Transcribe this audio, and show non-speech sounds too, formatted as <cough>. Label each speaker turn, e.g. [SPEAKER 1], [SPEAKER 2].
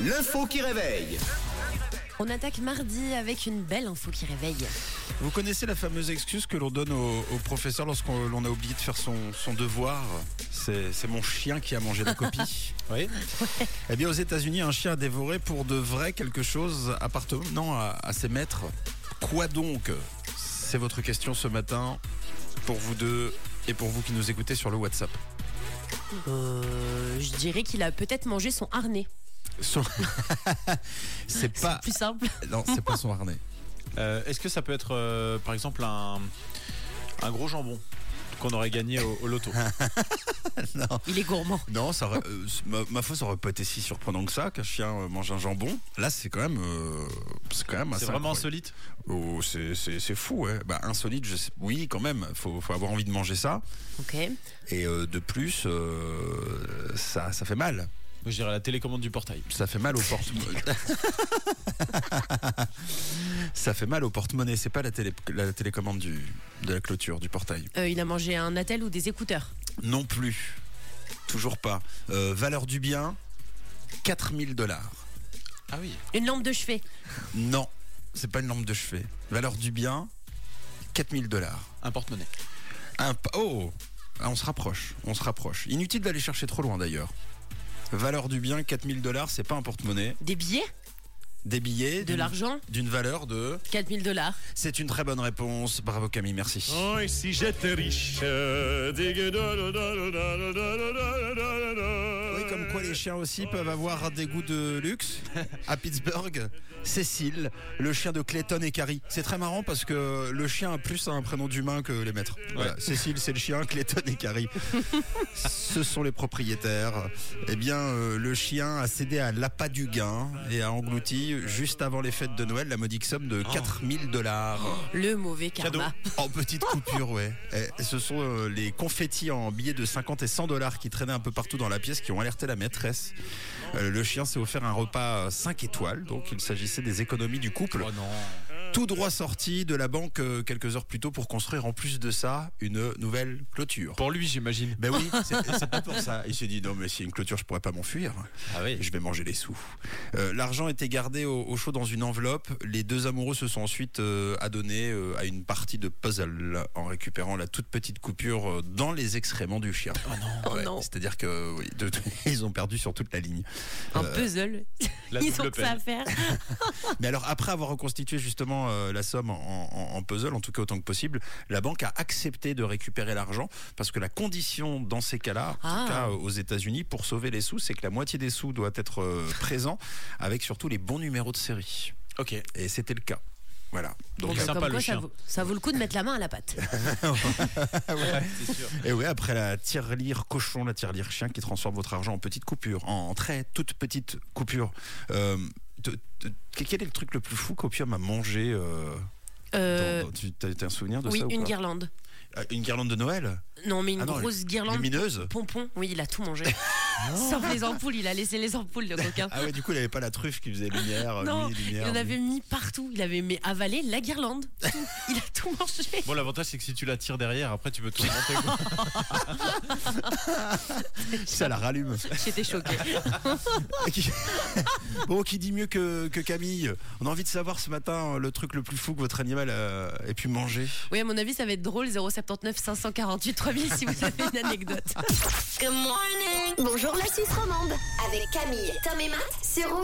[SPEAKER 1] L'info qui réveille.
[SPEAKER 2] On attaque mardi avec une belle info qui réveille.
[SPEAKER 3] Vous connaissez la fameuse excuse que l'on donne aux, aux professeurs lorsqu'on l'on a oublié de faire son, son devoir C'est c'est mon chien qui a mangé la copie. oui. Eh bien, aux États-Unis, un chien a dévoré pour de vrai quelque chose appartenant à, à ses maîtres. Quoi donc C'est votre question ce matin pour vous deux et pour vous qui nous écoutez sur le WhatsApp.
[SPEAKER 2] Euh, je dirais qu'il a peut-être mangé son harnais.
[SPEAKER 3] Son- <laughs> c'est
[SPEAKER 2] C'est
[SPEAKER 3] pas.
[SPEAKER 2] plus simple.
[SPEAKER 3] Non, c'est pas son harnais.
[SPEAKER 4] Euh, Est-ce que ça peut être, euh, par exemple, un, un gros jambon qu'on aurait gagné au, au <laughs> loto
[SPEAKER 2] Il est gourmand.
[SPEAKER 3] Non, ça aurait- euh, ma, ma foi, ça aurait pas été si surprenant que ça qu'un chien euh, mange un jambon. Là, c'est quand même, euh, c'est quand même assez
[SPEAKER 4] C'est vraiment
[SPEAKER 3] incroyable.
[SPEAKER 4] insolite
[SPEAKER 3] Oh, c'est, c'est, c'est fou, ouais. Bah, insolite, je sais- oui, quand même. Faut, faut avoir envie de manger ça.
[SPEAKER 2] Ok.
[SPEAKER 3] Et euh, de plus, euh, ça, ça fait mal.
[SPEAKER 4] Je dirais la télécommande du portail.
[SPEAKER 3] Ça fait mal au porte. <laughs> ça fait mal au porte-monnaie. C'est pas la, télé, la télécommande du, de la clôture du portail.
[SPEAKER 2] Euh, il a mangé un attel ou des écouteurs.
[SPEAKER 3] Non plus. Toujours pas. Euh, valeur du bien, 4000 dollars.
[SPEAKER 4] Ah oui.
[SPEAKER 2] Une lampe de chevet.
[SPEAKER 3] Non, c'est pas une lampe de chevet. Valeur du bien, 4000 dollars.
[SPEAKER 4] Un porte-monnaie.
[SPEAKER 3] Un pa- oh Ah, On se rapproche, on se rapproche. Inutile d'aller chercher trop loin d'ailleurs. Valeur du bien, 4000 dollars, c'est pas un porte-monnaie.
[SPEAKER 2] Des billets.
[SPEAKER 3] Des billets.
[SPEAKER 2] De
[SPEAKER 3] d'une-
[SPEAKER 2] l'argent.
[SPEAKER 3] D'une valeur de.
[SPEAKER 2] 4000 dollars.
[SPEAKER 3] C'est une très bonne réponse. Bravo Camille, merci.
[SPEAKER 5] Oh, et si j'étais riche euh, digue, da, da, da, da, da, da, da, da, da, da.
[SPEAKER 3] Oui, comme quoi les chiens aussi peuvent avoir des goûts de luxe. <laughs> À Pittsburgh, Cécile, le chien de Clayton et Carrie. C'est très marrant parce que le chien a plus un prénom d'humain que les maîtres. Voilà, Cécile, c'est le chien, <laughs> Clayton et Carrie. Ce sont les propriétaires. Eh bien, euh, le chien a cédé à l'appât du gain et a englouti, juste avant les fêtes de Noël, la modique somme de 4000 dollars.
[SPEAKER 2] Le mauvais karma.
[SPEAKER 3] En Oh, petite coupure, ouais. Eh, ce sont euh, les confettis en billets de 50 et 100 dollars qui traînaient un peu partout dans la pièce qui ont alerté la maîtresse. Euh, le chien s'est offert un repas 5 étoiles, donc il s'agissait des économies du couple.
[SPEAKER 4] Oh non.
[SPEAKER 3] Tout droit sorti de la banque euh, quelques heures plus tôt pour construire en plus de ça une nouvelle clôture.
[SPEAKER 4] Pour lui, j'imagine.
[SPEAKER 3] Ben oui, c'est c'est pas pour ça. Il s'est dit non mais si une clôture je pourrais pas m'enfuir.
[SPEAKER 4] Ah oui.
[SPEAKER 3] Je vais manger les sous. Euh, L'argent était gardé au, au chaud dans une enveloppe. Les deux amoureux se sont ensuite euh, adonnés euh, à une partie de puzzle en récupérant la toute petite coupure euh, dans les excréments du chien.
[SPEAKER 2] Oh non.
[SPEAKER 3] C'est-à-dire que oui, de- <laughs> de- ils ont perdu sur toute la ligne.
[SPEAKER 2] Un puzzle.
[SPEAKER 4] La
[SPEAKER 2] Ils ont
[SPEAKER 4] double
[SPEAKER 2] que ça à
[SPEAKER 4] peine.
[SPEAKER 2] faire. Ah.
[SPEAKER 3] Mais alors après avoir reconstitué justement euh, la somme en, en- en puzzle, en tout cas autant que possible, la banque a accepté de récupérer l'argent parce que la condition dans ces cas-là, en
[SPEAKER 2] Ah.
[SPEAKER 3] tout cas euh, aux États-Unis, pour sauver les sous, c'est que la moitié des sous doit être euh, présent avec surtout les bons numéros de série.
[SPEAKER 4] Ok.
[SPEAKER 3] Et c'était le cas. Voilà. Donc,
[SPEAKER 4] Il est
[SPEAKER 2] bah,
[SPEAKER 4] sympa,
[SPEAKER 2] comme
[SPEAKER 4] le
[SPEAKER 2] quoi, ça
[SPEAKER 4] chien.
[SPEAKER 2] vaut, ça vaut le coup de mettre la main à la pâte.
[SPEAKER 4] C'est sûr.
[SPEAKER 3] et ouais, après la tirelire cochon, la tirelire chien qui transforme votre argent en petites coupures, en, en très toutes petites coupures. Euh, te- te- quel est le truc le plus fou qu'Opium a mangé euh,
[SPEAKER 2] Euh,
[SPEAKER 3] dans- dans- tu as, un souvenir de
[SPEAKER 2] oui,
[SPEAKER 3] ça ou
[SPEAKER 2] une
[SPEAKER 3] pas
[SPEAKER 2] guirlande.
[SPEAKER 3] Ah, Une guirlande de Noël
[SPEAKER 2] Non, mais une
[SPEAKER 3] Ah non,
[SPEAKER 2] grosse guirlande.
[SPEAKER 3] Lumineuse
[SPEAKER 2] Pompon. Oui, il a tout mangé. Sauf les ampoules. Il a laissé les ampoules de coquin.
[SPEAKER 3] Ah ouais, du coup, il avait pas la truffe qui faisait
[SPEAKER 2] <laughs>
[SPEAKER 3] lumière,
[SPEAKER 2] Non,
[SPEAKER 3] lui,
[SPEAKER 2] Il
[SPEAKER 3] lumière.
[SPEAKER 2] en
[SPEAKER 3] lui.
[SPEAKER 2] avait mis partout. Il avait mais avalé la guirlande. <laughs> Tout. Il a tout mangé.
[SPEAKER 4] Bon, l'avantage, c'est que si tu la tires derrière, après, tu peux tout remonter. quoi.
[SPEAKER 3] Ça la rallume.
[SPEAKER 2] <laughs> J'étais choquée.
[SPEAKER 3] <laughs> bon, qui dit mieux que, que Camille On a envie de savoir ce matin euh, le truc le plus fou que votre animal euh, ait pu manger.
[SPEAKER 2] Oui, à mon avis, ça va être drôle. 079 548 3000 si vous avez une anecdote.
[SPEAKER 6] Bonjour la Suisse romande avec Camille, Tom et Matt, c'est rouge.